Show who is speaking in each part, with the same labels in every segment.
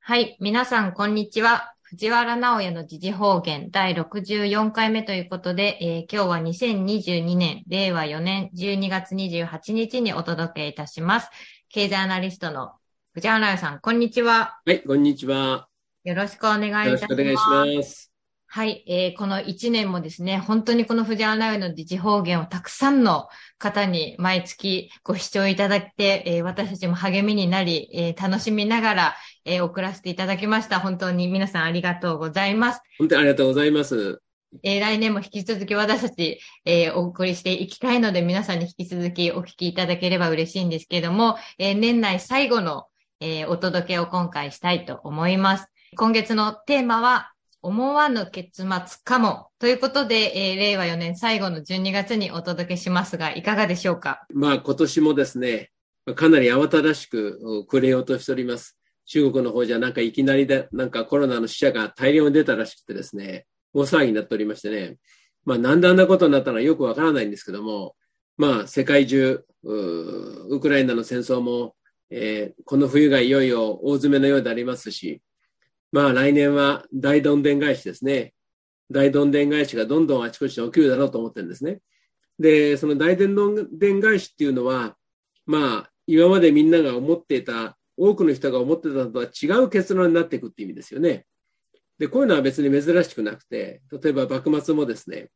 Speaker 1: はい。皆さん、こんにちは。藤原直也の時事方言第64回目ということで、えー今日は2022年、令和4年12月28日にお届けいたします。経済アナリストの藤原直也さん、こんにちは。
Speaker 2: はい、こんにちは。
Speaker 1: よろしくお願いいた
Speaker 2: よろ
Speaker 1: し
Speaker 2: し
Speaker 1: ま
Speaker 2: く
Speaker 1: す。
Speaker 2: お願いします。
Speaker 1: はい、えーこの1年もですね、本当にこの藤原直也の時事方言をたくさんの方に毎月ご視聴いただいて、えー私たちも励みになり、えー楽しみながら、えー送らせていただきました。本当に皆さんありがとうございます。
Speaker 2: 本当にありがとうございます。
Speaker 1: えー来年も引き続き私たち、えーお送りしていきたいので、皆さんに引き続きお聞きいただければ嬉しいんですけども、えー年内最後の、えーお届けを今回したいと思います。今月のテーマは、思わぬ結末かも。ということで、えー令和4年最後の12月にお届けしますが、いかがでしょうか
Speaker 2: まあ今年もですね、まあかなり慌ただしくうん暮れようとしております。中国の方じゃなんかいきなりだ、なんかコロナの死者が大量に出たらしくてですね、大騒ぎになっておりましてね、まあなんであんなことになったのはよくわからないんですけども、まあ世界中、うーウクライナの戦争も、えーこの冬がいよいよ大詰めのようでありますし、まあ来年は大どんでん返しですね。大どんでん返しがどんどんあちこちで起きるだろうと思ってるんですね。で、その大伝伝返しっていうのは、まあ、今までみんなが思っていた、多くの人が思ってたのとは違う結論になっていくっていう意味ですよね。で、こういうのは別に珍しくなくて、例えば幕末もですね、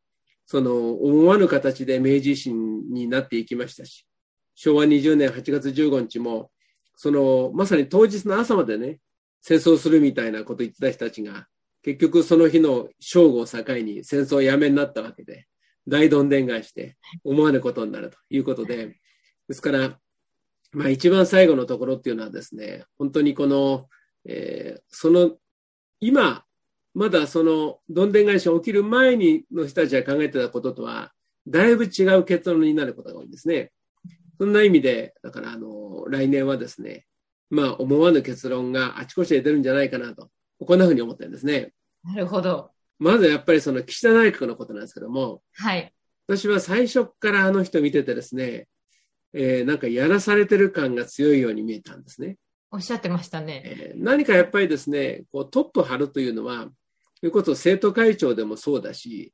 Speaker 2: その思わぬ形で明治維新になっていきましたし、昭和20年8月15日も、そのまさに当日の朝までね、戦争するみたいなこと言ってた人たちが、結局その日の正午を境に戦争をやめになったわけで、大どんでん返して思わぬことになるということで、ですから、まあ、一番最後のところっていうのはですね、本当にこの、えーその、今、まだそのどんでん返しが起きる前にの人たちが考えてたこととは、だいぶ違う結論になることが多いんですね。そんな意味で、だから、あの、来年はですね、まあ、思わぬ結論があちこちで出るんじゃないかなと、こんなふうに思ってるんですね。
Speaker 1: なるほど。
Speaker 2: まずやっぱりその岸田内閣のことなんですけども、
Speaker 1: はい。
Speaker 2: 私は最初からあの人見ててですね、えーなんかやらされてる感が強いように見えたんですね。
Speaker 1: おっしゃってましたね。
Speaker 2: えー何かやっぱりですね、こうトップ張るというのは、それこそ生徒会長でもそうだし、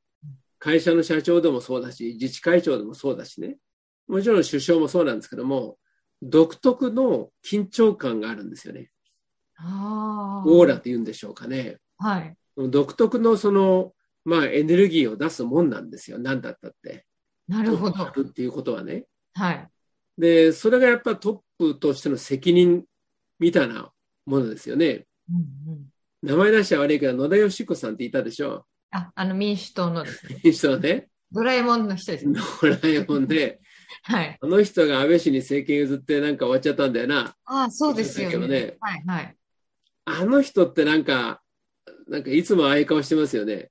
Speaker 2: 会社の社長でもそうだし、自治会長でもそうだしね、もちろん首相もそうなんですけども、独特の緊張感があるんですよね。
Speaker 1: ああ。
Speaker 2: オーラというんでしょうかね。
Speaker 1: はい。
Speaker 2: 独特のその、まあエネルギーを出すもんなんですよ。何だったって。
Speaker 1: なるほど。
Speaker 2: 張るっていうことはね。
Speaker 1: はい。
Speaker 2: で、それがやっぱトップとしての責任みたいなものですよね。
Speaker 1: うんうん、
Speaker 2: 名前出しては悪いけど、野田佳子さんっていたでしょ。
Speaker 1: あ、あの民主党のですね
Speaker 2: 人はね、
Speaker 1: ドラえもんの人ですね。
Speaker 2: ドラえもんで、
Speaker 1: はい。
Speaker 2: あの人が安倍氏に政権譲ってなんか終わっちゃったんだよな。
Speaker 1: ああ、そうですよ
Speaker 2: そう
Speaker 1: ね。
Speaker 2: ですよね
Speaker 1: はい、はい。
Speaker 2: あの人ってなんか、なんかいつもああいう顔してますよね。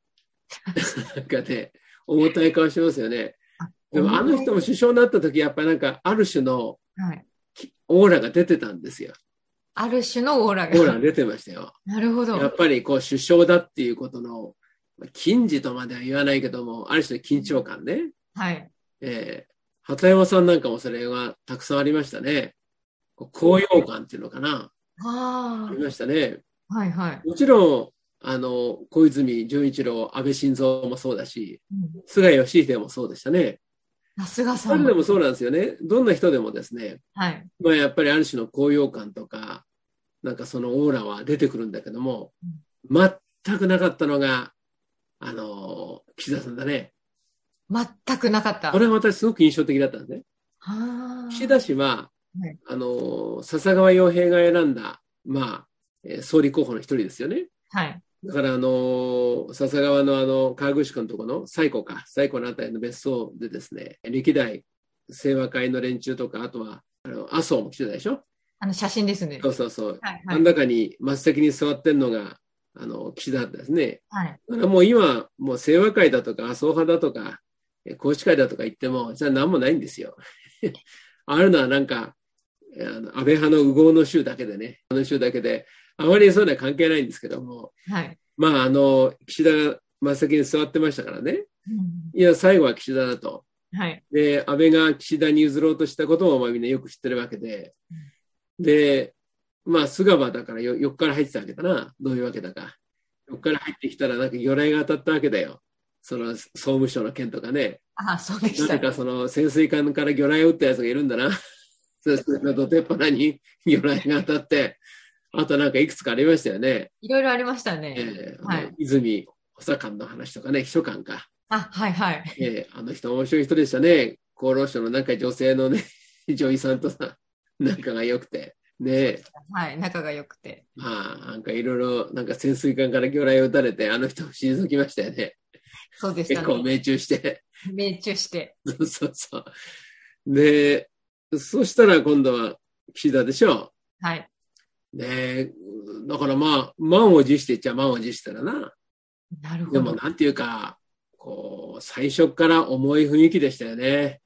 Speaker 2: なんかね、重たい顔してますよね。でもあの人も首相になった時、やっぱなんかある種の
Speaker 1: はい。
Speaker 2: きオーラが出てたんですよ。
Speaker 1: ある種のオーラ
Speaker 2: オーラ
Speaker 1: が。
Speaker 2: 出てましたよ。
Speaker 1: なるほ
Speaker 2: や
Speaker 1: ど。
Speaker 2: っぱりこう首相だっていうことの、まあ禁じとまでは言わないけども、ある種の緊張感ね。
Speaker 1: はい。
Speaker 2: えー、畑山さんなんかもそれがたくさんありましたね。こう高揚感っていうのかな。あ
Speaker 1: あ
Speaker 2: りましたね。
Speaker 1: あ。はい、はい。
Speaker 2: もちろん、あの、小泉純一郎、安倍晋三もそうだし、
Speaker 1: うん
Speaker 2: 菅義偉もそうでしたね。
Speaker 1: さすがさ
Speaker 2: 彼
Speaker 1: ん
Speaker 2: で
Speaker 1: も。
Speaker 2: もそうなんですよね。どんな人でもですね、
Speaker 1: はい。
Speaker 2: まあ、やっぱりある種の高揚感とか、なんかそのオーラは出てくるんだけども、全くなかったのが、あの、岸田さんだね。
Speaker 1: 全くなかった。
Speaker 2: これは私すごく印象的だったんですね。
Speaker 1: ああ。
Speaker 2: 岸田氏は
Speaker 1: はい、
Speaker 2: あの、笹川洋平が選んだ、まあ、えー総理候補の一人ですよね。
Speaker 1: はい。
Speaker 2: だから、あの、笹川のあの、川口区のとこの西湖か、西湖のあたりの別荘でですね、歴代清和会の連中とか、あとは、あの、麻生も来てたでしょ
Speaker 1: あの写真ですね
Speaker 2: そ。うそうそう。
Speaker 1: はい、は
Speaker 2: 真
Speaker 1: い
Speaker 2: ん。中に真っ先に座ってるのが、あの、岸田ですね。
Speaker 1: はい。
Speaker 2: だからもう今、もう清和会だとか麻生派だとか、え公視会だとか言っても、じゃあ何もないんですよ。 あるのはなんか、えあの安倍派の右合の州だけでね、あの州だけで、あまりそういうのは関係ないんですけども、
Speaker 1: はい。
Speaker 2: まあ、あの、岸田が真っ先に座ってましたからね、
Speaker 1: うん
Speaker 2: いや、最後は岸田だと。
Speaker 1: はい。
Speaker 2: で、安倍が岸田に譲ろうとしたことも、まあみんなよく知ってるわけで、で、まあ、菅場だからよ、横から入ってたわけだな。どういうわけだか。横から入ってきたら、なんか魚雷が当たったわけだよ。その、総務省の件とかね。
Speaker 1: ああ、そうでし
Speaker 2: な
Speaker 1: た
Speaker 2: ぜ。かその潜水艦から魚雷を撃ったやつがいるん だな。そうすると、どてっぱらに魚雷が当たって、あとなんかいくつかありましたよね。
Speaker 1: いろいろありましたね。
Speaker 2: えー
Speaker 1: はい
Speaker 2: あの泉補佐官の話とかね、秘書官か。
Speaker 1: あ、はいはい。
Speaker 2: えーあの人面白い人でしたね。厚労省のなんか女性のね、 女医さんとさ、仲が良くて。ねえ
Speaker 1: はい、仲が良くて。
Speaker 2: まあ、なんかいろいろ、なんか潜水艦から魚雷を撃たれて、あの人を退きましたよね。
Speaker 1: そうでし
Speaker 2: 結
Speaker 1: た
Speaker 2: 構
Speaker 1: ね。
Speaker 2: 命中して。
Speaker 1: 命中して。
Speaker 2: そうそうそう。で、そしたら今度は岸田でしょ。
Speaker 1: はい。
Speaker 2: ねだからまあ、満を持してっちゃ満を持したらな。
Speaker 1: なるほ
Speaker 2: で
Speaker 1: ど。
Speaker 2: もなんていうか、こう、最初から重い雰囲気でしたよね。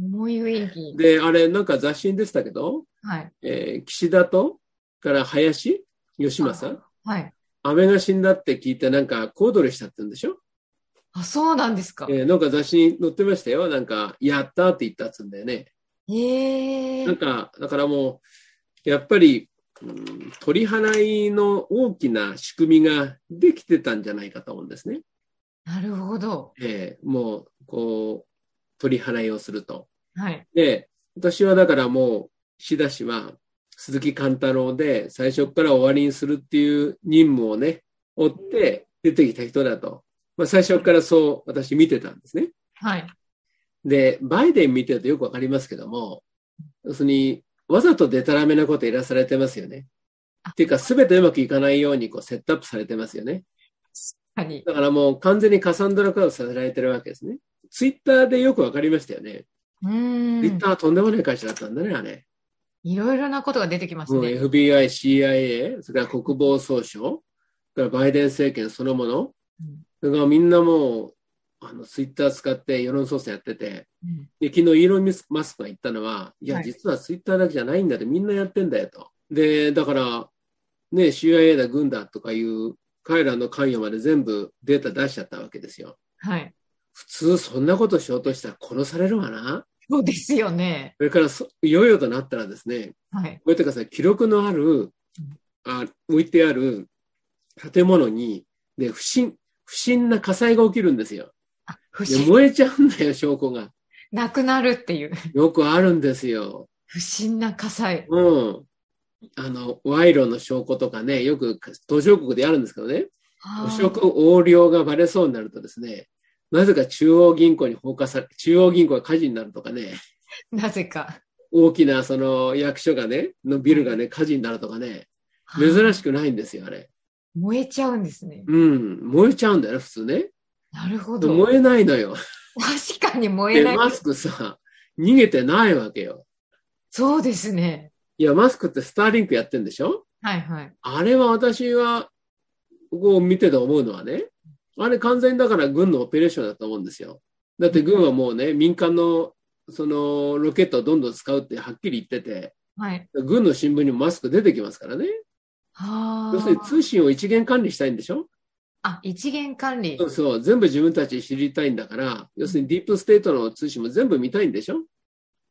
Speaker 1: 重い雰囲気。
Speaker 2: で、あれ、なんか雑誌に出てたけど、
Speaker 1: はい。
Speaker 2: えー岸田と、から林吉政
Speaker 1: はい。
Speaker 2: 安倍が死んだって聞いて、なんか、小躍りしたって言うんでしょ、
Speaker 1: あ、そうなんですか。
Speaker 2: えーなんか雑誌に載ってましたよ。なんか、やったって言ったっつうんだよね。
Speaker 1: ええ
Speaker 2: なんか、だからもう、やっぱり、うん取り払いの大きな仕組みができてたんじゃないかと思うんですね。
Speaker 1: なるほど。
Speaker 2: ええもう、こう、取り払いをすると。
Speaker 1: はい。
Speaker 2: で、私はだからもう、岸田氏は、鈴木貫太郎で、最初から終わりにするっていう任務をね、追って出てきた人だと。まあ、最初からそう、私見てたんですね。
Speaker 1: はい。
Speaker 2: で、バイデン見てるとよくわかりますけども、要するに、わざとデタラメなことやらされてますよね
Speaker 1: あ。
Speaker 2: っていうか、すべてうまくいかないようにこうセットアップされてますよね。
Speaker 1: はい。
Speaker 2: だからもう完全にカサンドラカードさせられてるわけですね。ツイッターでよくわかりましたよね。
Speaker 1: う
Speaker 2: ツイッ
Speaker 1: ーん。
Speaker 2: ターはとんでもない会社だったんだね、あれ。
Speaker 1: いろいろなことが出てきます
Speaker 2: うん
Speaker 1: ね。
Speaker 2: FBI、CIA、それから国防総省、それからバイデン政権そのもの、それからみんなもう、あの、ツイッター使って世論操作やってて、
Speaker 1: うん
Speaker 2: で、昨日イーロン・マスクが言ったのは、いや、
Speaker 1: はい
Speaker 2: 実はツイッターだけじゃないんだって、みんなやってんだよと。で、だから、ね、CIA だ、軍だとかいう、彼らの関与まで全部データ出しちゃったわけですよ。
Speaker 1: はい。
Speaker 2: 普通、そんなことしようとしたら殺されるわな。
Speaker 1: そうですよね。
Speaker 2: それからそ、いよいよとなったらですね、
Speaker 1: はい。
Speaker 2: こうやってください、記録のある、あ置いてある建物に、で、不審、不審な火災が起きるんですよ。
Speaker 1: あ、不
Speaker 2: で
Speaker 1: 審。
Speaker 2: 燃えちゃうんだよ、証拠が。
Speaker 1: なくなるっていう。
Speaker 2: よくあるんですよ。
Speaker 1: 不審な火災。
Speaker 2: うん。あの、賄賂の証拠とかね、よく途上国であるんですけどね、
Speaker 1: あ
Speaker 2: 汚
Speaker 1: ー
Speaker 2: 職横領がバレそうになるとですね、なぜか中央銀行に放火され、中央銀行が火事になるとかね、
Speaker 1: なぜか。
Speaker 2: 大きなその役所がね、のビルがね、火事になるとかね、珍しくないんですよ、あれ。
Speaker 1: 燃えちゃうんですね。
Speaker 2: うん、燃えちゃうんだよね、普通ね。
Speaker 1: なるほど。
Speaker 2: 燃えないのよ。
Speaker 1: 確かに燃え
Speaker 2: で、
Speaker 1: ない。
Speaker 2: マスクさ、逃げてないわけよ。
Speaker 1: そうですね。
Speaker 2: いや、マスクってスターリンクやってんでしょ
Speaker 1: はいはい。
Speaker 2: あれは私は、こう見てて思うのはね、あれ完全にだから軍のオペレーションだと思うんですよ。だって軍はもうね、民間のそのロケットをどんどん使うってはっきり言ってて、
Speaker 1: はい。
Speaker 2: 軍の新聞にもマスク出てきますからね。
Speaker 1: あ
Speaker 2: 要するに通信を一元管理したいんでしょ
Speaker 1: あ、一元管理
Speaker 2: そ。うそう、全部自分たちで知りたいんだから、要するにディープステートの通信も全部見たいんでしょ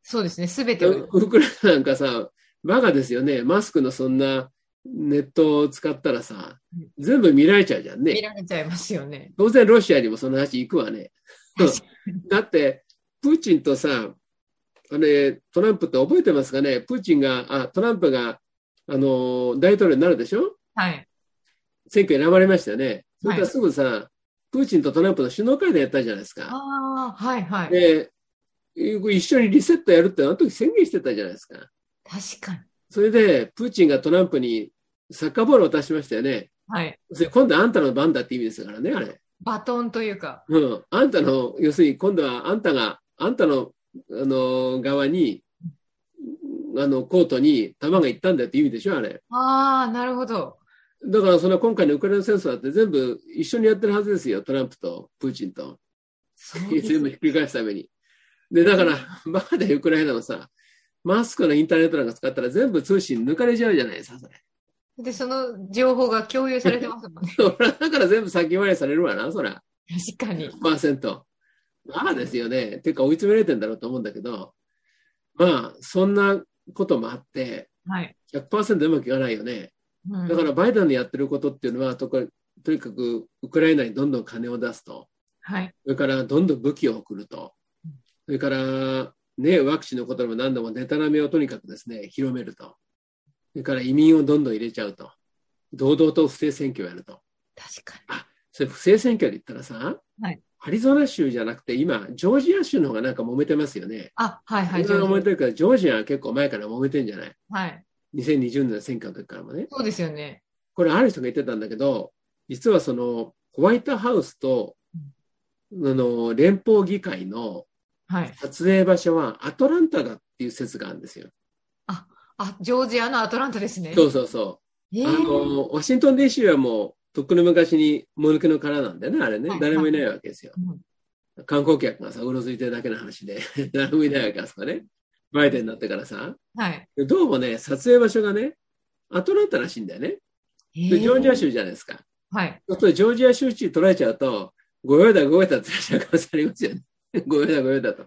Speaker 1: そうですね。すべてを。
Speaker 2: ウクライナなんかさ、バカですよね。マスクのそんなネットを使ったらさ
Speaker 1: うん、
Speaker 2: 全部見られちゃうじゃんね
Speaker 1: 見。られちゃいますよね。
Speaker 2: 当然ロシアにもその話行くわね。うん
Speaker 1: 確か
Speaker 2: だって、プーチンとさ、あれ、トランプって覚えてますかねプーチンが、あ、トランプが、あのー、大統領になるでしょ
Speaker 1: はい。
Speaker 2: 選挙選ばれましたよね。それからすぐさ、プーチンとトランプの首脳会談やったじゃないですか。
Speaker 1: ああ、はいはい。
Speaker 2: で、一緒にリセットやるってあの時宣言してたじゃないですか。
Speaker 1: 確かに。
Speaker 2: それで、プーチンがトランプにサッカーボールを渡しましたよね。
Speaker 1: はい。
Speaker 2: それ今度あんたの番だって意味ですからね、あれ。
Speaker 1: バトンというか。
Speaker 2: うん、あんたの、要するに今度はあんたが、あんたの、あの側に、あの、コートに球が行ったんだって意味でしょ、あれ。
Speaker 1: ああ、なるほど。
Speaker 2: だから、その今回のウクライナ戦争だって全部一緒にやってるはずですよ、トランプとプーチンと。
Speaker 1: そうです
Speaker 2: 全部ひっくり返すために。で、だから、バカでウクライナのさ、マスクのインターネットなんか使ったら全部通信抜かれちゃうじゃないですか、それ。
Speaker 1: で、その情報が共有されてます もんね。
Speaker 2: そらだから全部先回りされるわな、そら。
Speaker 1: 確かに。
Speaker 2: 100%。まあですよね。ていうか追い詰められてんだろうと思うんだけど、まあ、そんなこともあって、
Speaker 1: はい。
Speaker 2: 100%うまくいかないよね。
Speaker 1: うん
Speaker 2: だからバイデンのやってることっていうのは、とかとにかくウクライナにどんどん金を出すと、
Speaker 1: はい。
Speaker 2: それからどんどん武器を送ると、それから、ね、ワクチンのことでも何度もデタラメをとにかくですね、広めると、それから移民をどんどん入れちゃうと、堂々と不正選挙をやると。
Speaker 1: 確か
Speaker 2: それ不正選挙で言ったらさ、
Speaker 1: はい
Speaker 2: アリゾナ州じゃなくて今、ジョージア州の方がなんか揉めてますよね。
Speaker 1: に。あ、はいは
Speaker 2: ア
Speaker 1: い。
Speaker 2: リゾナ揉めてるから、ジョージアは結構前から揉めてんじゃない
Speaker 1: はい。
Speaker 2: 2020年の選挙の時からもね。
Speaker 1: そうですよね。
Speaker 2: これある人が言ってたんだけど、実はそのホワイトハウスと、あの連邦議会の
Speaker 1: はい。
Speaker 2: 撮影場所はアトランタだっていう説があるんですよ。
Speaker 1: あ、ジョージアのアトランタですね。
Speaker 2: そうそうそ
Speaker 1: え
Speaker 2: う。
Speaker 1: ー
Speaker 2: あの、ワシントン DC はもうとっくの昔にもぬけの殻なんだよね、あれね
Speaker 1: はい。
Speaker 2: 誰もいないわけですよ
Speaker 1: うん。
Speaker 2: 観光客がさ、うろついてるだけの話で、 誰もいないわけですからね。バイデンになってからさ。
Speaker 1: はい。
Speaker 2: どうもね、撮影場所がね、アトランタらしいんだよね。
Speaker 1: え
Speaker 2: で
Speaker 1: ー
Speaker 2: ジョージア州じゃないですか。
Speaker 1: はい。
Speaker 2: そうするとジョージア州知事取られちゃうと、ご用だご用だって話が可能性ありますよね。 ご用だご用だと。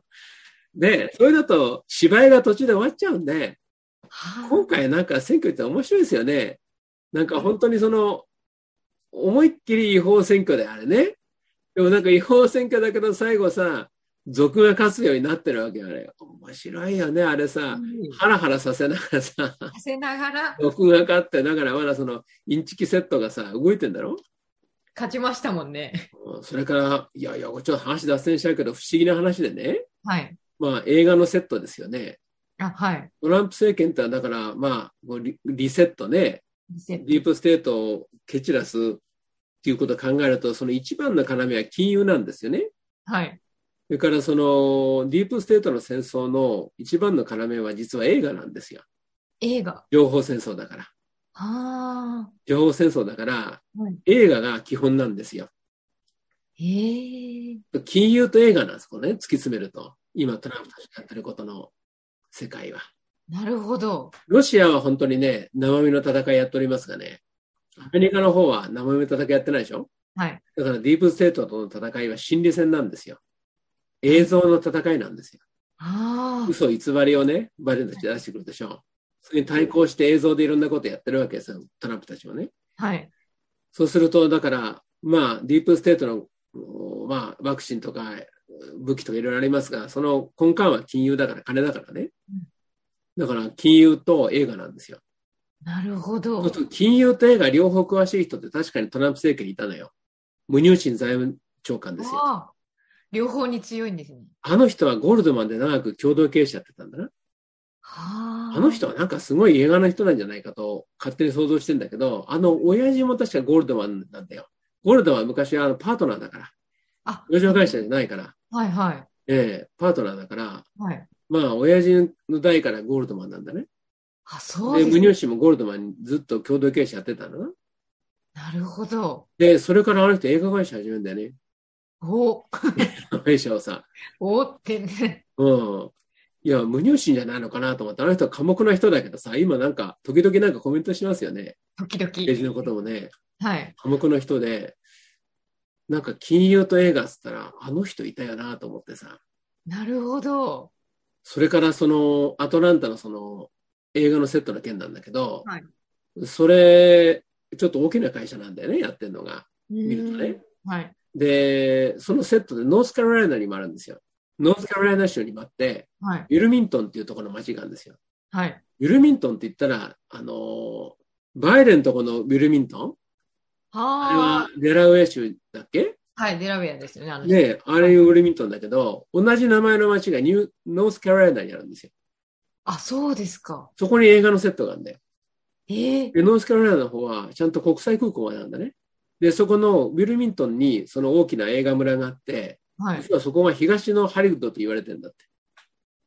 Speaker 2: で、それだと芝居が途中で終わっちゃうんで、
Speaker 1: はあ
Speaker 2: 今回なんか選挙って面白いですよね。なんか本当にその、思いっきり違法選挙であれね。でもなんか違法選挙だけど最後さ、俗が勝つようになってるわけよ、あれ。面白いよね、あれさ。ハラハラさせながらさ、
Speaker 1: させながら
Speaker 2: 俗が勝って、だからまだその、インチキセットがさ、動いてんだろ
Speaker 1: 勝ちましたもんね。
Speaker 2: うんそれから、いやいや、ちょっと話脱線しちゃうけど、不思議な話でね、
Speaker 1: はい。
Speaker 2: まあ、映画のセットですよね。
Speaker 1: あ、はい。
Speaker 2: トランプ政権ってのは、だから、まあ、こうリリセットね、ディープステートを蹴散らすっていうことを考えると、その一番の要は金融なんですよね。
Speaker 1: はい。
Speaker 2: それから、その、ディープステートの戦争の一番の要は、実は映画なんですよ。
Speaker 1: 映画。
Speaker 2: 情報戦争だから。
Speaker 1: ああ。
Speaker 2: 情報戦争だから
Speaker 1: はい、
Speaker 2: 映画が基本なんですよ。
Speaker 1: ええ
Speaker 2: 金融と映画なんです、これね、突き詰めると。今、トランプたちがやってることの世界は。
Speaker 1: なるほど。
Speaker 2: ロシアは本当にね、生身の戦いやっておりますがね、アメリカの方は生身の戦いやってないでしょ
Speaker 1: はい。
Speaker 2: だからディープステートとの戦いは心理戦なんですよ。映像の戦いなんですよ。
Speaker 1: ああ。
Speaker 2: 嘘偽りをね、バイデンたち出してくるでしょ。それに対抗して映像でいろんなことやってるわけですよ、トランプたちもね。
Speaker 1: はい。
Speaker 2: そうすると、だから、まあ、ディープステートの、おまあ、ワクチンとか武器とかいろいろありますが、その根幹は金融だから、金だからね
Speaker 1: うん。
Speaker 2: だから、金融と映画なんですよ。
Speaker 1: なるほど
Speaker 2: そう。すると金融と映画両方詳しい人って確かにトランプ政権にいたのよ。ムニューチン財務長官ですよ。
Speaker 1: ああ。両方に強いんですね。
Speaker 2: あの人はゴールドマンで長く共同経営者やってたんだな。
Speaker 1: はあ。
Speaker 2: あの人はなんかすごい映画の人なんじゃないかと勝手に想像してんだけど、あの親父も確かゴールドマンなんだよ。ゴールドマンは昔はあのパートナーだから。
Speaker 1: あ
Speaker 2: 上場会社じゃないから。
Speaker 1: はいはい。
Speaker 2: ええパートナーだから、
Speaker 1: はい。
Speaker 2: まあ、親父の代からゴールドマンなんだね。
Speaker 1: あ、そう
Speaker 2: で、
Speaker 1: です
Speaker 2: ム
Speaker 1: ね
Speaker 2: ニューシンもゴールドマンにずっと共同経営者やってたのな。
Speaker 1: なるほど。
Speaker 2: で、それからあの人映画会社始めるんだよね。
Speaker 1: お、
Speaker 2: 会社をさ。
Speaker 1: おってね。
Speaker 2: うん。いや、無入信じゃないのかなと思って、あの人は寡黙な人だけどさ、今なんか、時々なんかコメントしますよね。
Speaker 1: 時
Speaker 2: 政治
Speaker 1: 々。
Speaker 2: のこともね、
Speaker 1: はい。
Speaker 2: 寡黙な人で、なんか金融と映画っつったら、あの人いたよなと思ってさ、
Speaker 1: なるほど。
Speaker 2: それからその、アトランタのその、映画のセットの件なんだけど、
Speaker 1: はい
Speaker 2: それ、ちょっと大きな会社なんだよね、やってるのが。見るとね
Speaker 1: うん。はい。
Speaker 2: で、そのセットでノースカロライナにもあるんですよ。ノースカロライナ州にもあって、
Speaker 1: はい。
Speaker 2: ユルミントンっていうところの街があるんですよ。
Speaker 1: はい。
Speaker 2: ウィルミントンって言ったら、あのーバイデンとこのウィルミントンあれ
Speaker 1: は
Speaker 2: はデラウェア州だっけ
Speaker 1: あ。はい。デラウェアですよね。あの人
Speaker 2: ねえあれウィルミントンだけど、同じ名前の町がニューノースカロライナにあるんですよ。
Speaker 1: あ、そうですか。
Speaker 2: そこに映画のセットがあるんだよ。
Speaker 1: ええ。
Speaker 2: で、ノースカロライナの方はちゃんと国際空港まであるんだね。で、そこのウィルミントンにその大きな映画村があって、
Speaker 1: はい。
Speaker 2: 実はそこは東のハリウッドと言われて んだって。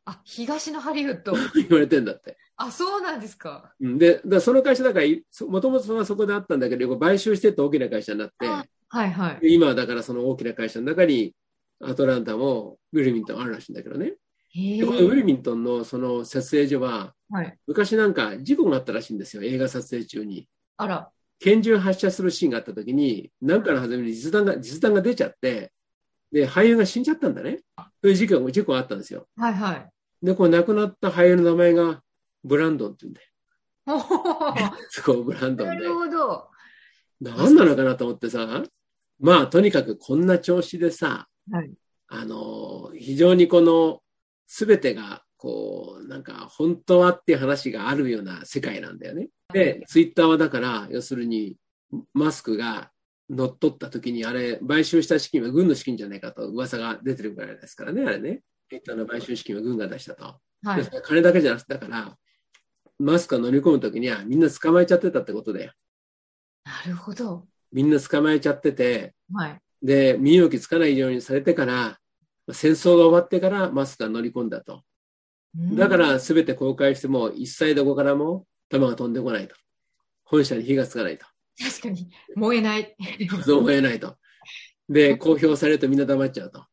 Speaker 1: あ、東のハリウッド。
Speaker 2: 言われてんだって。
Speaker 1: あ、そうなんですか。
Speaker 2: うんで、だからその会社だからい、もともとはそこであったんだけど、買収してって大きな会社になって、
Speaker 1: はいはい。
Speaker 2: 今はだからその大きな会社の中にアトランタもウィルミントンあるらしいんだけどね。
Speaker 1: へえ
Speaker 2: でこのウィルミントンのその撮影所は
Speaker 1: はい。
Speaker 2: 昔なんか事故があったらしいんですよ、映画撮影中に。
Speaker 1: あら。
Speaker 2: 拳銃発射するシーンがあった時に、なんかの初めに実弾が、実弾が出ちゃって、で、俳優が死んじゃったんだね。そういう事故が、事故があったんですよ。
Speaker 1: はいはい。
Speaker 2: で、こう亡くなった俳優の名前がブランドンって言うんだよ。
Speaker 1: おー
Speaker 2: そこ、ブランドン
Speaker 1: な
Speaker 2: で。
Speaker 1: るほど。
Speaker 2: なんなのかなと思ってさ、まあ、とにかくこんな調子でさ、
Speaker 1: はい
Speaker 2: あの、非常にこの、すべてが、こう、なんか、本当はっていう話があるような世界なんだよね。で、ツイッターはだから、要するに、マスクが乗っ取った時に、あれ、買収した資金は軍の資金じゃないかと噂が出てるぐらいですからね、あれね。ツイッターの買収資金は軍が出したと。
Speaker 1: は
Speaker 2: で
Speaker 1: い
Speaker 2: そ。れ金だけじゃなくて、だから、マスクが乗り込む時には、みんな捕まえちゃってたってことだよ。
Speaker 1: なるほど。
Speaker 2: みんな捕まえちゃってて、
Speaker 1: はい。
Speaker 2: で、身動きつかないようにされてから、まあ戦争が終わってからマスクが乗り込んだと。
Speaker 1: うん
Speaker 2: だか、ら全て公開しても、一切どこからも弾が飛んでこないと。本社に火がつかないと。
Speaker 1: 確かに、燃えない。
Speaker 2: そう思えないと。で、公表されるとみんな黙っちゃうと。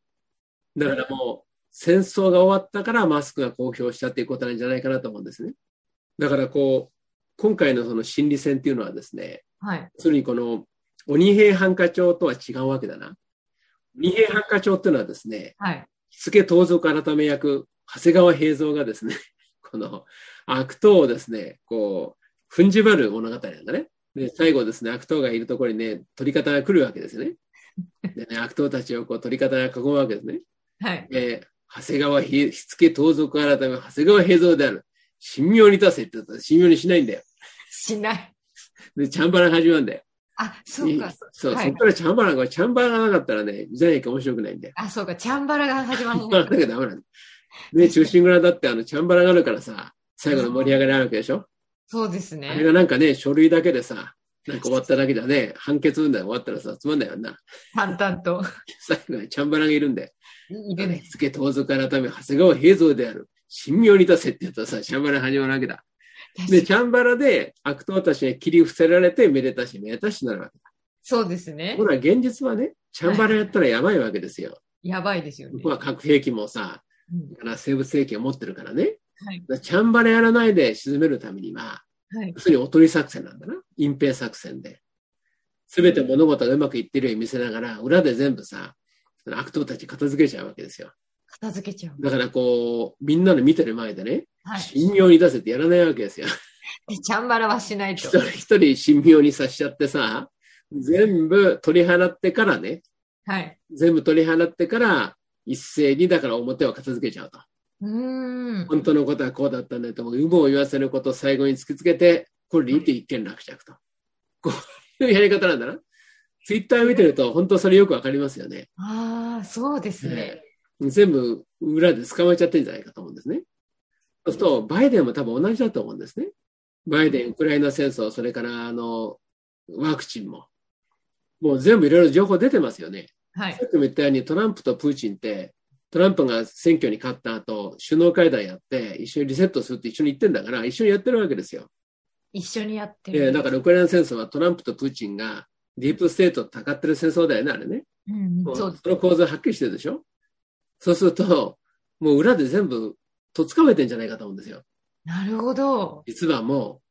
Speaker 2: だからもう、戦争が終わったからマスクが公表したっていうことなんじゃないかなと思うんですね。だからこう、今回のその心理戦っていうのはですね、
Speaker 1: はい。
Speaker 2: 要するにこの鬼平犯科帳とは違うわけだな。鬼平犯科帳っていうのはですね、
Speaker 1: はい。
Speaker 2: 火付盗賊改め役、長谷川平蔵がですね、 この悪党をですね、こう、踏んじばる物語なんだね。で、最後ですね、悪党がいるところにね、鳥方が来るわけですね。でね、 悪党たちをこう鳥方が囲むわけですね。
Speaker 1: はい。
Speaker 2: えー長谷川火付盗賊改め長谷川平蔵である。神妙に出せって言ったら神妙にしないんだよ。
Speaker 1: しない。
Speaker 2: で、チャンバラが始まるんだよ。
Speaker 1: あ、そう
Speaker 2: い
Speaker 1: か
Speaker 2: い。そう、
Speaker 1: はい
Speaker 2: そっからチャンバラが、チャンバラがなかったらね、ザイ駅面白くないんだよ。
Speaker 1: あ、そうか。チャンバラが始ま
Speaker 2: チャ
Speaker 1: る
Speaker 2: ンバラなきゃダメなんだよ。ね、中心蔵だってあの、チャンバラがあるからさ、最後の盛り上がりあるわけでしょ
Speaker 1: そうです
Speaker 2: あれ
Speaker 1: ね。
Speaker 2: がなんかね、書類だけでさ、なんか終わっただけじゃね、判決運動が終わったらさ、つまんないよな。
Speaker 1: 淡々と。
Speaker 2: 最後にチャンバラがいるんだよ。
Speaker 1: い
Speaker 2: で
Speaker 1: る
Speaker 2: ね
Speaker 1: ね。、
Speaker 2: つけ盗賊改め、長谷川平蔵である。神妙に出せって言ったらさ、チャンバラが始まるわけだ。で、
Speaker 1: 確か
Speaker 2: チャンバラで悪党たちに切り伏せられて、めでたしめでたしになるわけ。
Speaker 1: そうですね
Speaker 2: ほ。ら、現実はね、チャンバラやったらやばいわけですよ。
Speaker 1: やばいですよね
Speaker 2: 向こ。うは核兵器もさ、
Speaker 1: うん
Speaker 2: から生物兵器を持ってるからね。
Speaker 1: はい
Speaker 2: だからチャンバラやらないで沈めるためには、
Speaker 1: はい
Speaker 2: 要。するにおとり作戦なんだな。隠蔽作戦で。すべて物事がうまくいってるように見せながら、裏で全部さ、悪党たち片付けちゃうわけですよ。
Speaker 1: 片付けちゃう。
Speaker 2: だからこう、みんなの見てる前でね、
Speaker 1: はい。
Speaker 2: 神妙に出せってやらないわけですよ。
Speaker 1: でチャンバラはしない
Speaker 2: 一
Speaker 1: と。
Speaker 2: 人一人神妙にさしちゃってさ、全部取り払ってからね、
Speaker 1: はい。
Speaker 2: 全部取り払ってから、一斉にだから表を片付けちゃうと。
Speaker 1: うーん。
Speaker 2: 本当のことはこうだったんだと思う、有無を言わせることを最後に突きつけて、これで一一件落着と。こういうやり方なんだな。ツイッター見てると、本当それよくわかりますよね。
Speaker 1: ああ、そうですね。
Speaker 2: 全部裏で捕まえちゃってるんじゃないかと思うんですね。そうすると、バイデンも多分同じだと思うんですね。バイデン、ウクライナ戦争、それからあのワクチンも。もう全部いろいろ情報出てますよね。
Speaker 1: はい
Speaker 2: さ。っきも言ったようにトランプとプーチンってトランプが選挙に勝った後首脳会談やって一緒にリセットするって一緒に言ってんだから一緒にやってるわけですよ、
Speaker 1: 一緒にやって
Speaker 2: えー
Speaker 1: る。
Speaker 2: だからウクライナ戦争はトランプとプーチンがディープステートと戦ってる戦争だよねあれね
Speaker 1: うんうん、そうです。
Speaker 2: その構図はっきりしてるでしょそうするともう裏で全部とっつかめてんじゃないかと思うんですよ
Speaker 1: なるほど。
Speaker 2: 実はも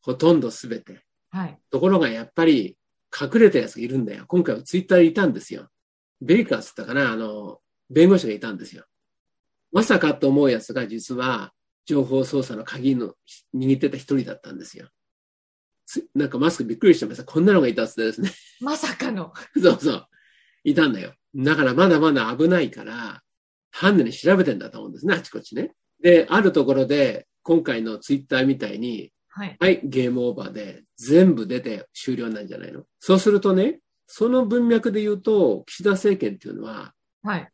Speaker 2: うほとんど全て
Speaker 1: はい。
Speaker 2: ところがやっぱり隠れたやつがいるんだよ今回はツイッターにいたんですよベイカーっつったかなあの弁護士がいたんですよまさかと思うやつが実は情報操作の鍵の握ってた一人だったんですよつなんかマスクびっくりしてましたこんなのがいたっつってですね
Speaker 1: まさかの。
Speaker 2: そうそういたんだよだからまだまだ危ないから犯人に調べてんだと思うんですねあちこちねであるところで今回のツイッターみたいに
Speaker 1: はい。
Speaker 2: はい、ゲームオーバーで全部出て終了なんじゃないのそうするとね、その文脈で言うと、岸田政権っていうのは、
Speaker 1: はい。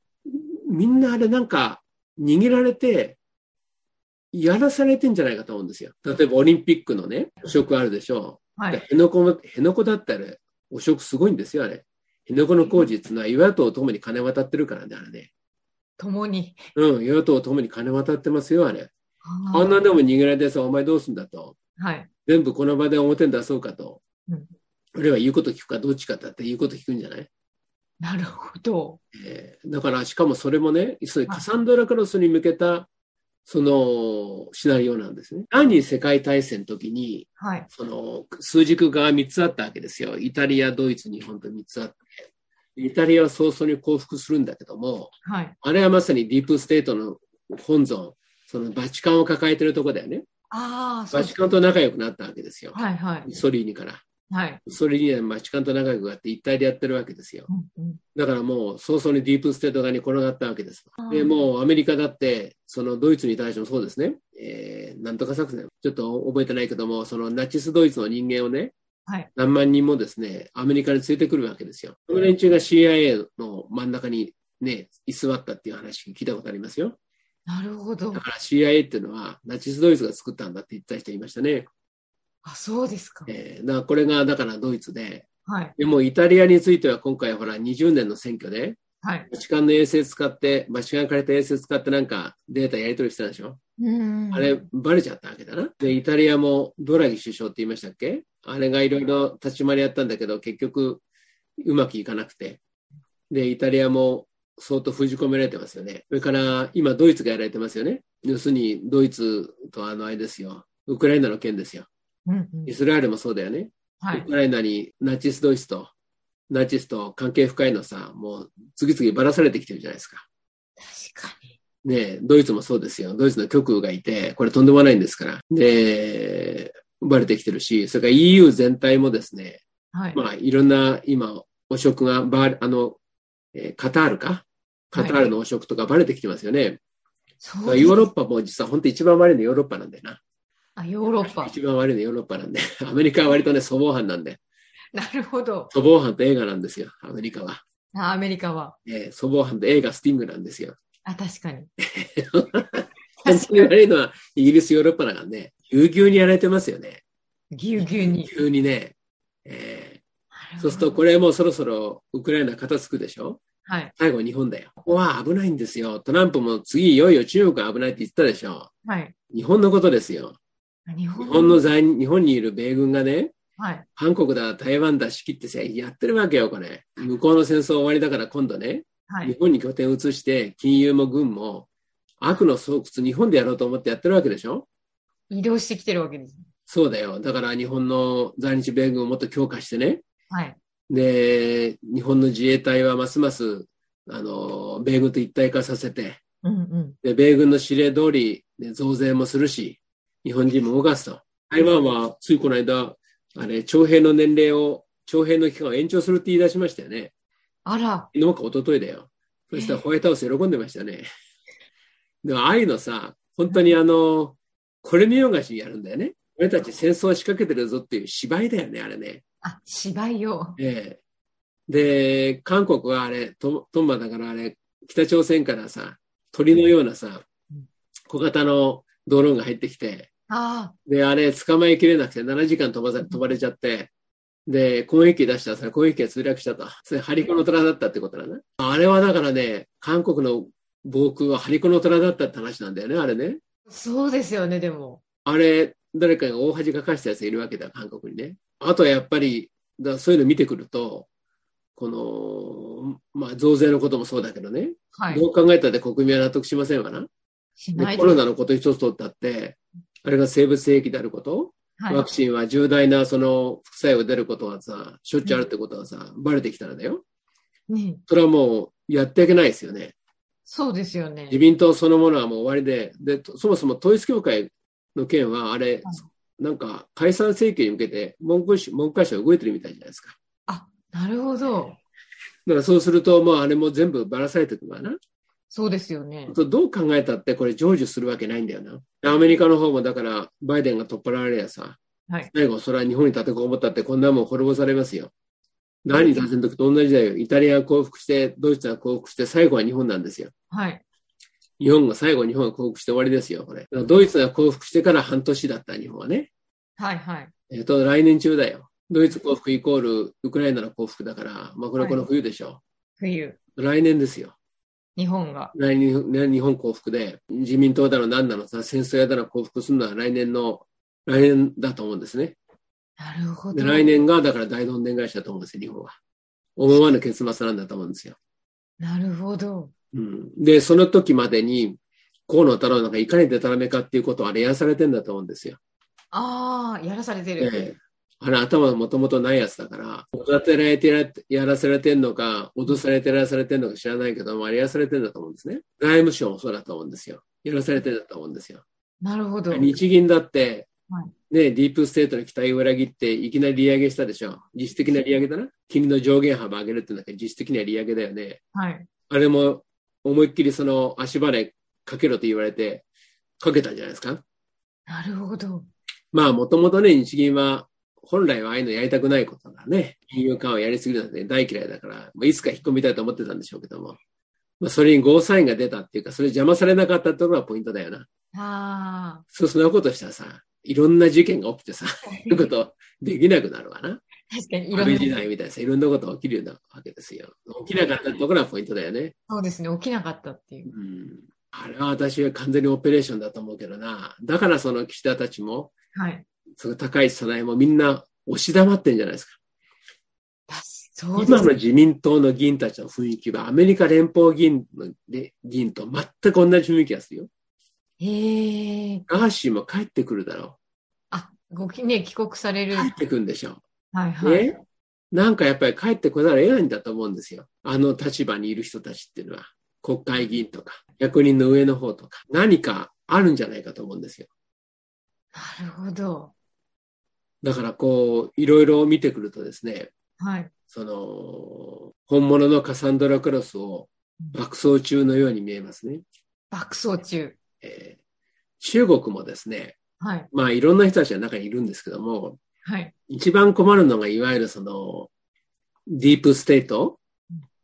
Speaker 2: みんなあれなんか握られて、やらされてんじゃないかと思うんですよ。例えばオリンピックのね、汚職あるでしょう。
Speaker 1: はい。
Speaker 2: 辺野古も、辺野古だったら汚職すごいんですよ、あれ。辺野古の工事っていうのは与野党ともに金渡ってるからね、あれね。
Speaker 1: 共に。
Speaker 2: うん、与野党ともに金渡ってますよ、あれ。
Speaker 1: あ
Speaker 2: あんなでも握られてさ、お前どうすんだと。
Speaker 1: はい。
Speaker 2: 全部この場で表に出そうかと、
Speaker 1: うん
Speaker 2: あるいは言うこと聞くかどっちかだって言うこと聞くんじゃない、
Speaker 1: なるほど。
Speaker 2: えーだからしかもそれもねそういうカサンドラ・クロスに向けたそのシナリオなんですね。第二次世界大戦の時に
Speaker 1: はい。
Speaker 2: その数軸が3つあったわけですよ。イタリア、ドイツ、日本と3つあって。イタリアは早々に降伏するんだけども、
Speaker 1: はい。
Speaker 2: あれはまさにディープステートの本尊、そのバチカンを抱えてるとこだよね。
Speaker 1: ああ、そう
Speaker 2: バ
Speaker 1: で
Speaker 2: チ
Speaker 1: す。
Speaker 2: カンと仲良くなったわけですよ。
Speaker 1: はいはい。
Speaker 2: ソリーニから。
Speaker 1: はい。
Speaker 2: ソリーニはバチカンと仲良くなって一体でやってるわけですよ。
Speaker 1: うんうん
Speaker 2: だからもう早々にディープステート側に転がったわけです
Speaker 1: あ。ー
Speaker 2: で、もうアメリカだって、そのドイツに対してもそうですね、えーなんとか作戦、ちょっと覚えてないけども、そのナチスドイツの人間をね、
Speaker 1: はい
Speaker 2: 何万人もですね、アメリカに連れてくるわけですよ。その連中が CIA の真ん中にね、居座ったっていう話聞いたことありますよ。
Speaker 1: なるほど
Speaker 2: だ。から CIA っていうのはナチスドイツが作ったんだって言った人いましたね。
Speaker 1: あ、そうですか。
Speaker 2: えーだからこれがだからドイツで、
Speaker 1: はい。
Speaker 2: でもイタリアについては今回ほら20年の選挙で、
Speaker 1: はい。
Speaker 2: バチカンの衛星使って、バチカンから得た衛星使ってなんかデータやり取りしてたでしょ、
Speaker 1: うん。
Speaker 2: あれ、バレちゃったわけだな。で、イタリアもドラギ首相って言いましたっけあれがいろいろ立ち回りやったんだけど、結局うまくいかなくて。で、イタリアも相当封じ込められてますよね。それから、今ドイツがやられてますよね。要するに、ドイツとあのあれですよ。ウクライナの件ですよ。
Speaker 1: うんうん
Speaker 2: イスラエルもそうだよね。
Speaker 1: は
Speaker 2: ウ
Speaker 1: い。
Speaker 2: クライナにナチスドイツと、ナチスと関係深いのさ、もう次々ばらされてきてるじゃないですか。
Speaker 1: 確かに。
Speaker 2: ねえ、ドイツもそうですよ。ドイツの極右がいて、これとんでもないんですから。で、バレてきてるし、それから EU 全体もですね、
Speaker 1: はい。
Speaker 2: まあ、いろんな今、汚職がバー、あの、えーカタールかカタールの汚職とかバレてきてますよね。
Speaker 1: そう
Speaker 2: だか
Speaker 1: で
Speaker 2: ら
Speaker 1: す
Speaker 2: ヨーロッパも実は本当一番悪いのヨーロッパなんだよな。
Speaker 1: あ、ヨーロッパ。
Speaker 2: 一番悪いのヨーロッパなんで。アメリカは割とね、粗暴犯なんで。
Speaker 1: なるほど。
Speaker 2: 粗暴犯と映画なんですよ、アメリカは。
Speaker 1: あアメリカは。
Speaker 2: えー粗暴犯と映画スティングなんですよ。
Speaker 1: あ、確か に。
Speaker 2: 本当に悪いのはイギリス、ヨーロッパだからね、ぎゅうぎゅうにやられてますよね。
Speaker 1: ぎゅうぎゅうに。
Speaker 2: 急にね、えーそうするとこ
Speaker 1: れ。
Speaker 2: れもうそろそろウクライナ片付くでしょ
Speaker 1: はい。
Speaker 2: 最後日本だよ。ここは危ないんですよ。トランプも次いよいよ中国が危ないって言ってたでしょ
Speaker 1: はい。
Speaker 2: 日本のことですよ。
Speaker 1: あ日本
Speaker 2: 日本の在日本にいる米軍がね、
Speaker 1: はい。
Speaker 2: 韓国だ、台湾だ、仕切ってさ、やってるわけよ、これ。向こうの戦争終わりだから今度ね、
Speaker 1: は
Speaker 2: 日
Speaker 1: い。
Speaker 2: 本に拠点を移して、金融も軍も、悪の巣窟、日本でやろうと思ってやってるわけでしょ
Speaker 1: 移動してきてるわけです。
Speaker 2: そうだよ。だから日本の在日米軍をもっと強化してね、
Speaker 1: はい。
Speaker 2: で、日本の自衛隊はますます、あの、米軍と一体化させて、
Speaker 1: うんうん。
Speaker 2: で、米軍の指令通り、ね増税もするし、日本人も動かすと。台湾は、ついこの間、あれ、徴兵の年齢を、徴兵の期間を延長するって言い出しましたよね。
Speaker 1: あら、
Speaker 2: 昨日か一昨日だよ。そしたらホワイトハウス喜んでましたね。でも、ああいうのさ、本当にあの、これ見よがしにやるんだよね。俺たち戦争を仕掛けてるぞっていう芝居だよね、あれね。
Speaker 1: あ、芝居を。
Speaker 2: ええ。で、韓国はあれ、トトンマだからあれ、北朝鮮からさ、鳥のようなさ
Speaker 1: うん、
Speaker 2: 小型のドローンが入ってきて、
Speaker 1: あ
Speaker 2: で、あれ、捕まえきれなくて7時間飛ばさ飛ばれちゃって、で、攻撃機出したら、それ攻撃機が墜落したと。それ、ハリコの虎だったってことだね。あれはだからね、韓国の防空はハリコの虎だったって話なんだよね、あれね。
Speaker 1: あ、そうですよね、でも。
Speaker 2: あれ、誰かが大恥かかしたやつがいるわけだ、韓国にね。あとはやっぱり、だそういうの見てくると、この、まあ、増税のこともそうだけどね、
Speaker 1: はい。
Speaker 2: どう考えたって国民は納得しませんわな。
Speaker 1: し
Speaker 2: で
Speaker 1: ない
Speaker 2: コ
Speaker 1: です
Speaker 2: ロナのこと一つ取ったって、あれが生物兵器であること、
Speaker 1: はい
Speaker 2: ワクチンは重大なその副作用出ることはさ、しょっちゅうあるってことはさ、バレてきたらだよ。
Speaker 1: ね。
Speaker 2: それはもうやっていけないですよね。
Speaker 1: そうですよね
Speaker 2: 自。民党そのものはもう終わりで、で、とそもそも統一教会の件は、あれ、なんか解散請求に向けて文科省、文科省動いてるみたいじゃないですか。
Speaker 1: なるほど。
Speaker 2: だからそうすると、もうあれも全部ばらされてくるわな。
Speaker 1: そうですよね。
Speaker 2: とどう考えたってこれ成就するわけないんだよな。アメリカの方もだから、バイデンが取っ払われやさ、
Speaker 1: はい
Speaker 2: 最後、それは日本に立てこもったってこんなもん滅ぼされますよ。第二次大戦の時と同じだよ。イタリアが降伏して、ドイツが降伏して、最後は日本なんですよ。
Speaker 1: はい。
Speaker 2: 日本が最後日本が降伏して終わりですよ、これ。だからドイツが降伏してから半年だった日本はね。
Speaker 1: はいはい。
Speaker 2: えっと、来年中だよ。ドイツ降伏イコールウクライナの降伏だから、まあこれはこの冬でしょ
Speaker 1: 冬、
Speaker 2: う。来年ですよ。
Speaker 1: 日本が。
Speaker 2: 来年、ね日本降伏で、自民党だの何なのさ、戦争やだの降伏するのは来年の、来年だと思うんですね。
Speaker 1: なるほ
Speaker 2: で
Speaker 1: ど。
Speaker 2: 来年がだから大どんでん返しだと思うんですよ、日本は。思わぬ結末なんだと思うんですよ。
Speaker 1: なるほど。
Speaker 2: うん、で、その時までに、河野太郎なんかいかにでたらめかっていうことをあれやらされてんだと思うんですよ。
Speaker 1: ああ、やらされてる。
Speaker 2: ええあれ頭がもともとないやつだから、育てられてややらされてんのか、脅されてやらされてんのか知らないけども、あれやらされてんだと思うんですね。外務省もそうだと思うんですよ。やらされてんだと思うんですよ。
Speaker 1: なるほど。
Speaker 2: 日銀だって
Speaker 1: は、
Speaker 2: ね、ディープステートの期待を裏切って、いきなり利上げしたでしょ。実質的な利上げだな。金利の上限幅上げるってなんか実質的な利上げだよね。
Speaker 1: はい。
Speaker 2: あれも思いっきりその足払いかけろと言われて、かけたんじゃないですか。
Speaker 1: なるほど。
Speaker 2: まあ、もともとね、日銀は、本来はああいうのやりたくないことだからね。金融緩和やりすぎるなんて大嫌いだから、まあ、いつか引っ込みたいと思ってたんでしょうけども。まあ、それにゴーサインが出たっていうか、それ邪魔されなかったってところがポイントだよな。
Speaker 1: ああ。
Speaker 2: そう、そんなことしたらさ、いろんな事件が起きてさ、いう
Speaker 1: 確
Speaker 2: ことできなくなるわな。
Speaker 1: か にいろ
Speaker 2: 安倍
Speaker 1: ん
Speaker 2: 時
Speaker 1: な。
Speaker 2: 代みたいなさ、いろんなことが起きるようなわけですよ。起きなかったところがポイントだよね。
Speaker 1: そうですね。起きなかったっていうう。
Speaker 2: ん。あれは私は完全にオペレーションだと思うけどな。だからその岸田たちも、
Speaker 1: はい。
Speaker 2: その高市早苗もみんな押し黙ってんじゃないですか。
Speaker 1: だそうで
Speaker 2: 今
Speaker 1: す
Speaker 2: の自民党の議員たちの雰囲気はアメリカ連邦議員ので議員と全く同じ雰囲気がするよ。
Speaker 1: へえ。
Speaker 2: ガーシーも帰ってくるだろ
Speaker 1: あ、ごきね、帰国され
Speaker 2: う。
Speaker 1: る。
Speaker 2: 帰ってくるんでしょ
Speaker 1: はいは
Speaker 2: う。
Speaker 1: い。
Speaker 2: ね。なんかやっぱり帰ってこざるを得ないんだと思うんですよ。あの立場にいる人たちっていうのは、国会議員とか、役人の上の方とか、何かあるんじゃないかと思うんですよ。
Speaker 1: なるほど。
Speaker 2: だからこう、いろいろ見てくるとですね、
Speaker 1: はい。
Speaker 2: その、本物のカサンドラ・クロスを爆走中のように見えますね。
Speaker 1: 爆走中。
Speaker 2: えー中国もですね、
Speaker 1: はい。
Speaker 2: まあいろんな人たちが中にいるんですけども、
Speaker 1: はい。
Speaker 2: 一番困るのがいわゆるその、ディープステート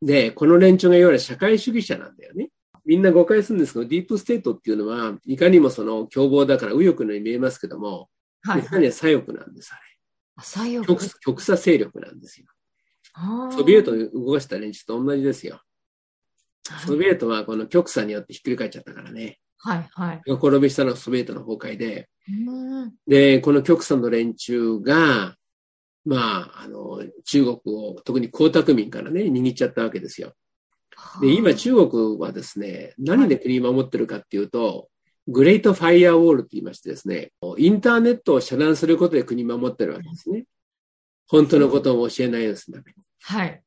Speaker 2: で、この連中がいわゆる社会主義者なんだよね。みんな誤解するんですけど、ディープステートっていうのは、いかにもその凶暴だから右翼のように見えますけども、
Speaker 1: はい
Speaker 2: い、かにも左翼なんです、あ
Speaker 1: あ左
Speaker 2: れ。
Speaker 1: 翼。
Speaker 2: 極極左勢力なんですよ。
Speaker 1: あー
Speaker 2: ソビエトを動かした連中と同じですよ。
Speaker 1: なるほ
Speaker 2: ソ
Speaker 1: ど
Speaker 2: ビエトはこの極左によってひっくり返っちゃったからね。
Speaker 1: はいはい。
Speaker 2: 転びしたのはソビエトの崩壊で、
Speaker 1: うーん。
Speaker 2: で、この極左の連中が、まあ、あの、中国を、特に江沢民からね、握っちゃったわけですよ。で、今中国はですね、何で国守ってるかっていうと、グレートファイアウォールって言いましてですね、インターネットを遮断することで国守ってるわけですね。本当のことを教えないようにするために。
Speaker 1: はい。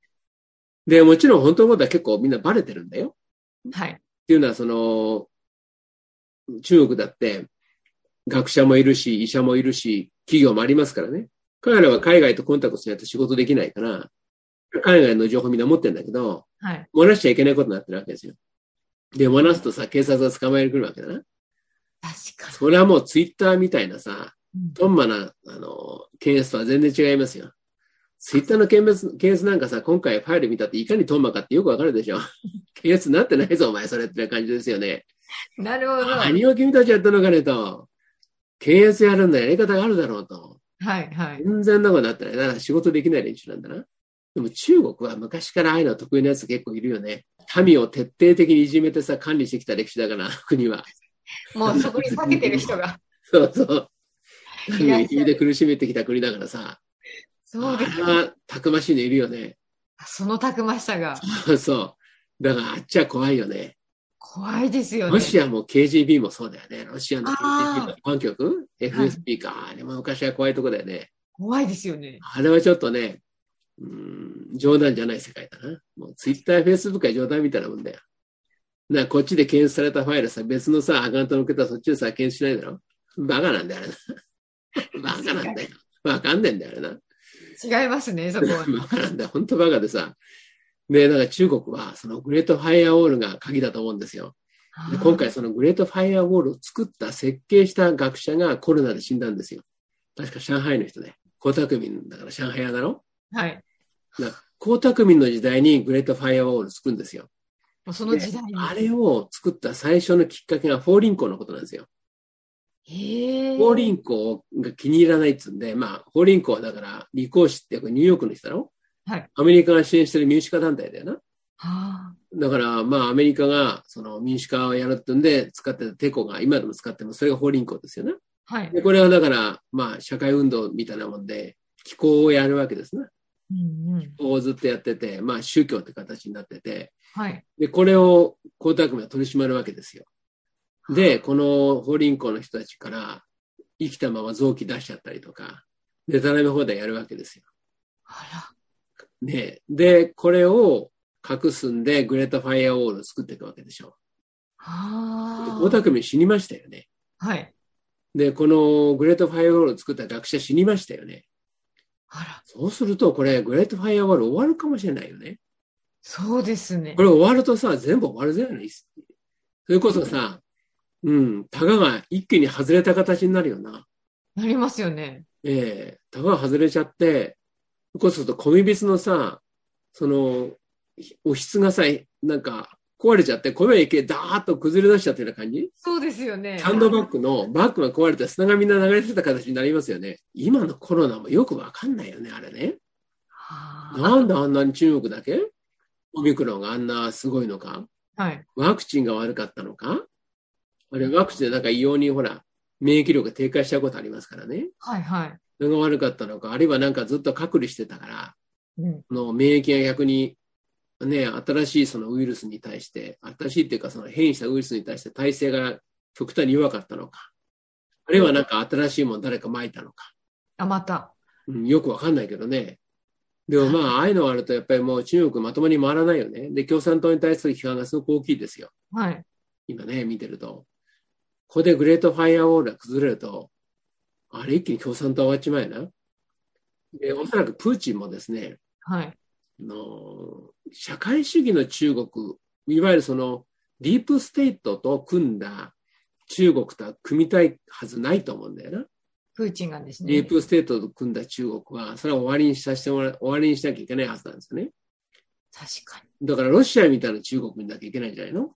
Speaker 2: で、もちろん本当のことは結構みんなバレてるんだよ。っ
Speaker 1: はい。
Speaker 2: ていうのは、その、中国だって、学者もいるし、医者もいるし、企業もありますからね。彼らは海外とコンタクトしないと仕事できないから、海外の情報みんな持ってるんだけど、
Speaker 1: はい。
Speaker 2: 漏らしちゃいけないことになってるわけですよ。で、漏らすとさ、警察が捕まえに来るわけだな。
Speaker 1: 確か
Speaker 2: それはもうツイッターみたいなさ、
Speaker 1: に。うん
Speaker 2: とんまな、あの、検閲とは全然違いますよ。ツイッターの検閲、検閲なんかさ、今回ファイル見たっていかにとんまかってよくわかるでしょ。 検閲になってないぞ、お前、それって感じですよね。
Speaker 1: なるほど。はい
Speaker 2: 何を君たちやったのかねと。検閲やるんだやり方があるだろうと。
Speaker 1: はい。
Speaker 2: 全然なことになってない。だから仕事できない練習なんだな。でも中国は昔からああいうの得意なやつ結構いるよね。民を徹底的にいじめてさ、管理してきた歴史だから、国は。
Speaker 1: もうそこに避けてる人が。
Speaker 2: そうそう。
Speaker 1: い
Speaker 2: 民
Speaker 1: ら
Speaker 2: を
Speaker 1: っしゃる
Speaker 2: いじめて苦しめてきた国だからさ。
Speaker 1: そうです。
Speaker 2: あれはたくましいのいるよね。
Speaker 1: そのたくましさが
Speaker 2: そう。だからあっちは怖いよね。
Speaker 1: 怖いですよね。
Speaker 2: ロシアも KGB もそうだよね。ロシアの KGB
Speaker 1: あ
Speaker 2: の保安局 ?FSB か。あれも昔は怖いとこだよね。
Speaker 1: 怖いですよね。
Speaker 2: あれはちょっとね、うーん、冗談じゃない世界だな。もうツイッター、フェイスブックは冗談みたいなもんだよ。な、こっちで検出されたファイルさ、別のさ、アカウントの受けたらそっちでさ、検出しないだろバカなんだよ、あれな。バカなんだよ。わかんねえんだよ、あれな。
Speaker 1: 違いますね、そこは。
Speaker 2: バカなんだよ。ほんとバカでさ。で、だから中国は、そのグレートファイアウォールが鍵だと思うんですよ。で今回、そのグレートファイアウォールを作った、設計した学者がコロナで死んだんですよ。確か上海の人で。江沢民だから上海屋だろ
Speaker 1: はい。
Speaker 2: 江沢民の時代にグレートファイアウォール作るんですよ。
Speaker 1: もうその時代に。
Speaker 2: あれを作った最初のきっかけが法輪功のことなんですよ。
Speaker 1: へえ。
Speaker 2: 法輪功が気に入らないっつうんで、まあ、法輪功はだから、李光氏ってこれニューヨークの人だろ
Speaker 1: はい。
Speaker 2: アメリカが支援してる民主化団体だよな。
Speaker 1: はあ。
Speaker 2: だから、まあ、アメリカがその民主化をやるってんで、使ってたテコが今でも使っても、それが法輪功ですよね。
Speaker 1: はい。
Speaker 2: でこれはだから、まあ、社会運動みたいなもんで、気候をやるわけですね。
Speaker 1: うんうん。
Speaker 2: 気候をずっとやってて、まあ、宗教って形になってて、
Speaker 1: はい。
Speaker 2: で、これを江沢民は取り締まるわけですよ。で、この法輪功の人たちから生きたまま臓器出しちゃったりとか、でたらめ放題やるわけですよ。
Speaker 1: あ
Speaker 2: ね、で、これを隠すんで、グレートファイアウォールを作っていくわけでしょ。
Speaker 1: ら。は
Speaker 2: 江沢民死にましたよね。
Speaker 1: あ。はい。
Speaker 2: で、このグレートファイアウォールを作った学者死にましたよね。
Speaker 1: あら、
Speaker 2: そうすると、これ、グレートファイアウォール終わるかもしれないよね。
Speaker 1: そうですね
Speaker 2: こ。れ終わるとさ、全部終わるぜよね。それこそさ、うん、タガが一気に外れた形になるよな。
Speaker 1: なりますよね。
Speaker 2: ええタガが外れちゃって、それこそすると、コミビスのさ、その、ひおひつがさ、なんか、壊れちゃって、米が一気にダーッと崩れ出しちゃってるような感じ
Speaker 1: そうですよね。
Speaker 2: サンドバッグのバッグが壊れて砂がみんな流れてた形になりますよね。今のコロナもよくわかんないよね、あれね。
Speaker 1: は
Speaker 2: なんであんなに中国だけオミクロンがあんなすごいのか
Speaker 1: あはい。
Speaker 2: ワクチンが悪かったのかあれワクチンでなんか異様にほら、免疫力が低下したことありますからね。
Speaker 1: はい、はい。
Speaker 2: それが悪かったのか、あるいはなんかずっと隔離してたから、
Speaker 1: うん。
Speaker 2: その免疫が逆に、ね、新しいそのウイルスに対して、新しいっていうかその変異したウイルスに対して耐性が極端に弱かったのか、あるいはなんか新しいもの誰か撒いたのか、
Speaker 1: あ、また。
Speaker 2: うんよくわかんないけどね。でもまあ、ああいうのがあるとやっぱりもう中国まともに回らないよね。で、共産党に対する批判がすごく大きいですよ。
Speaker 1: はい。
Speaker 2: 今ね、見てると。ここでグレートファイアウォールが崩れると、あれ一気に共産党終わっちまえな。で、おそらくプーチンもですね、
Speaker 1: はい。
Speaker 2: あの社会主義の中国いわゆるそのディープステートと組んだ中国とは組みたいはずないと思うんだよな、
Speaker 1: プーチンがです
Speaker 2: デ
Speaker 1: ね
Speaker 2: ィー。プステートと組んだ中国はそれは終わりにさせてもら終わりにしなきゃいけないはずなんですよね
Speaker 1: 確かに。
Speaker 2: だからロシアみたいな中国になきゃいけないんじゃないの、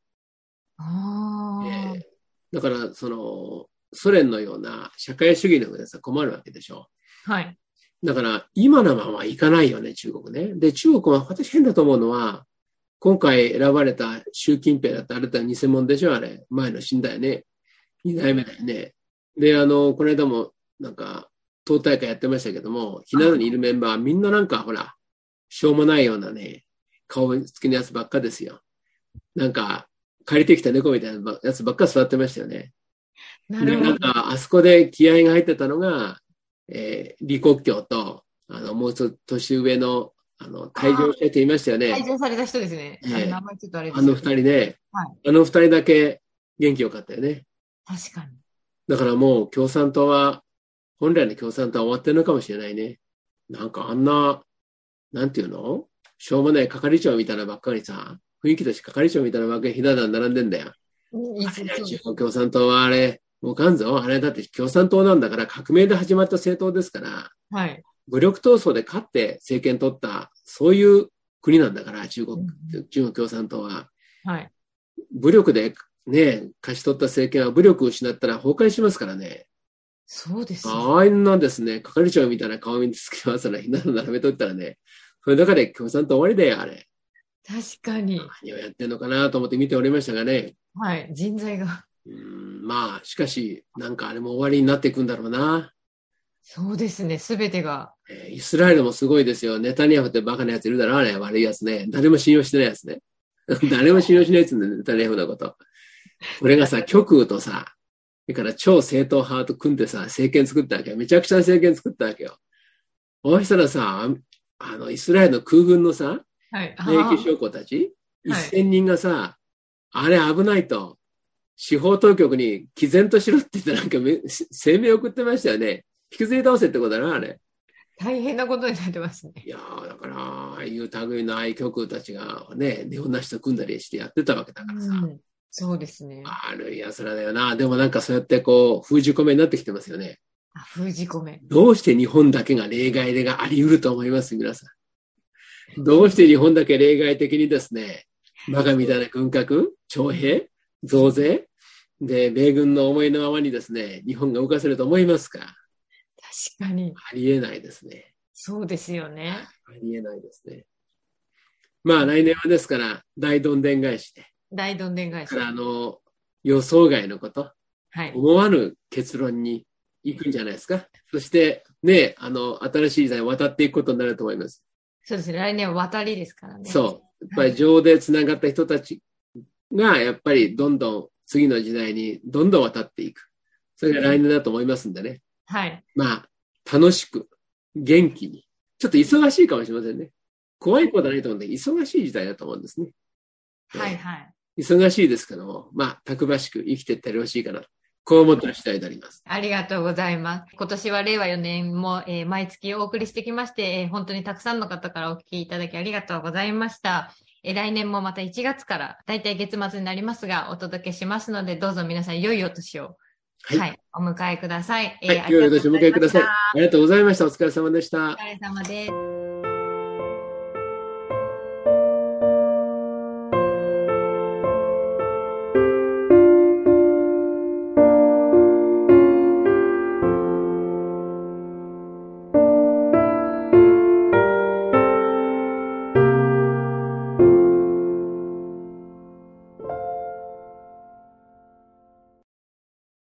Speaker 1: ああ、
Speaker 2: ええだからそのソ連のような社会主義の国はさ困るわけでしょ
Speaker 1: はい。
Speaker 2: だから、今のままいかないよね、中国ね。で、中国は、私変だと思うのは、今回選ばれた習近平だって、あれだ偽物でしょ、あれ。前の死んだよね。2代目だよね。で、あの、この間も、なんか、党大会やってましたけども、ひな壇にいるメンバー、みんななんか、ほら、しょうもないようなね、顔つきのやつばっかですよ。なんか、借りてきた猫みたいなやつばっか座ってましたよね。
Speaker 1: な
Speaker 2: で
Speaker 1: るほ
Speaker 2: な
Speaker 1: ど
Speaker 2: ん。か、あそこで気合が入ってたのが、えー李克強と、あの、もう一つ年上の、あの、退場してと言いましたよ
Speaker 1: 退
Speaker 2: ね。
Speaker 1: 場された人ですね。
Speaker 2: ええ
Speaker 1: あれ名前ちょっとあれで
Speaker 2: あ
Speaker 1: す
Speaker 2: の
Speaker 1: よ
Speaker 2: 二人ね、
Speaker 1: は
Speaker 2: あの二人だけ元気よかったよね。
Speaker 1: 確かに。
Speaker 2: だからもう共産党は、本来の共産党は終わってるのかもしれないね。なんかあんな、なんていうのしょうもない係長みたいなばっかりさ、雰囲気として係長みたいなばっかりひな壇並んでんだよ。
Speaker 1: いい
Speaker 2: あれだよ
Speaker 1: そう
Speaker 2: 中国共産党はあれ、もうかんぞ。あれだって共産党なんだから革命で始まった政党ですから、
Speaker 1: はい。
Speaker 2: 武力闘争で勝って政権取った、そういう国なんだから、中
Speaker 1: う
Speaker 2: 国、
Speaker 1: ん
Speaker 2: 中国共産党は。
Speaker 1: はい。
Speaker 2: 武力でね、勝ち取った政権は武力を失ったら崩壊しますからね。
Speaker 1: そうですよ。
Speaker 2: ああいうなんですね、係長みたいな顔見つけますから、ひなの並べとったらね、それだから共産党終わりだよ、あれ。
Speaker 1: 確かに。
Speaker 2: 何をやってんのかなと思って見ておりましたがね。
Speaker 1: はい。人材が。
Speaker 2: うーん、まあ、しかし、なんかあれも終わりになっていくんだろうな。
Speaker 1: そうですね。すべてが。
Speaker 2: えーイスラエルもすごいですよ。ネタニヤフってバカなやついるだろうね。悪いやつね。誰も信用してないやつね。 誰も信用しないやつね、ネタニヤフのこと。これがさ、極右とさ、それから超正統派と組んでさ、政権作ったわけよ。めちゃくちゃな政権作ったわけよ。そうしたらさ、あの、イスラエルの空軍のさ、
Speaker 1: はい。
Speaker 2: 兵
Speaker 1: あ
Speaker 2: 役将校たち、
Speaker 1: はい
Speaker 2: 1000人がさ、あれ危ないと、司法当局に毅然としろって言ってなんかめ声明を送ってましたよね。引きずり倒せってことだな、あれ。
Speaker 1: ー大変なことになってますね。
Speaker 2: いやーだから、ああいう類の愛曲たちがね、ネオナシと組んだりしてやってたわけだからさ、
Speaker 1: うんそうですね。
Speaker 2: 悪い奴らだよな。でもなんかそうやってこう、封じ込めになってきてますよね。
Speaker 1: あ封じ込め。
Speaker 2: どうして日本だけが例外でがあり得ると思います、皆さん。どうして日本だけ例外的にですね、バカみたいな軍拡、徴兵、増税、で、米軍の思いのままにですね、日本が動かせると思いますか
Speaker 1: 確かに。
Speaker 2: ありえないですね。
Speaker 1: そうですよね。
Speaker 2: ありえないですね。まあ来年はですから、大どんでん返しで、
Speaker 1: 大どんでん返
Speaker 2: だ
Speaker 1: し
Speaker 2: か。らあの、予想外のこと、
Speaker 1: はい。
Speaker 2: 思わぬ結論に行くんじゃないですか。そして、ね、あの、新しい時代に渡っていくことになると思います。
Speaker 1: そうですね。来年は渡りですからね。
Speaker 2: そう。やっぱり情でつながった人たちが、やっぱりどんどん次の時代にどんどん渡っていく。それが来年だと思いますんでね。
Speaker 1: はい。
Speaker 2: まあ、楽しく、元気に。ちょっと忙しいかもしれませんね。怖いことはないと思うんで、忙しい時代だと思うんですね。
Speaker 1: はいはい。
Speaker 2: 忙しいですけども、まあ、たくましく生きていってほしいかな。こう思った次第であります。
Speaker 1: ありがとうございます。今年は令和4年も、えー毎月お送りしてきまして、えー本当にたくさんの方からお聞きいただきありがとうございました。えー来年もまた1月から、だいたい月末になりますが、お届けしますので、どうぞ皆さん良いお年を、
Speaker 2: はい
Speaker 1: お迎えください。
Speaker 2: はい、良いお年をお迎えください。ありがとうございました。お疲れ様でした。
Speaker 1: い。お疲れ様です。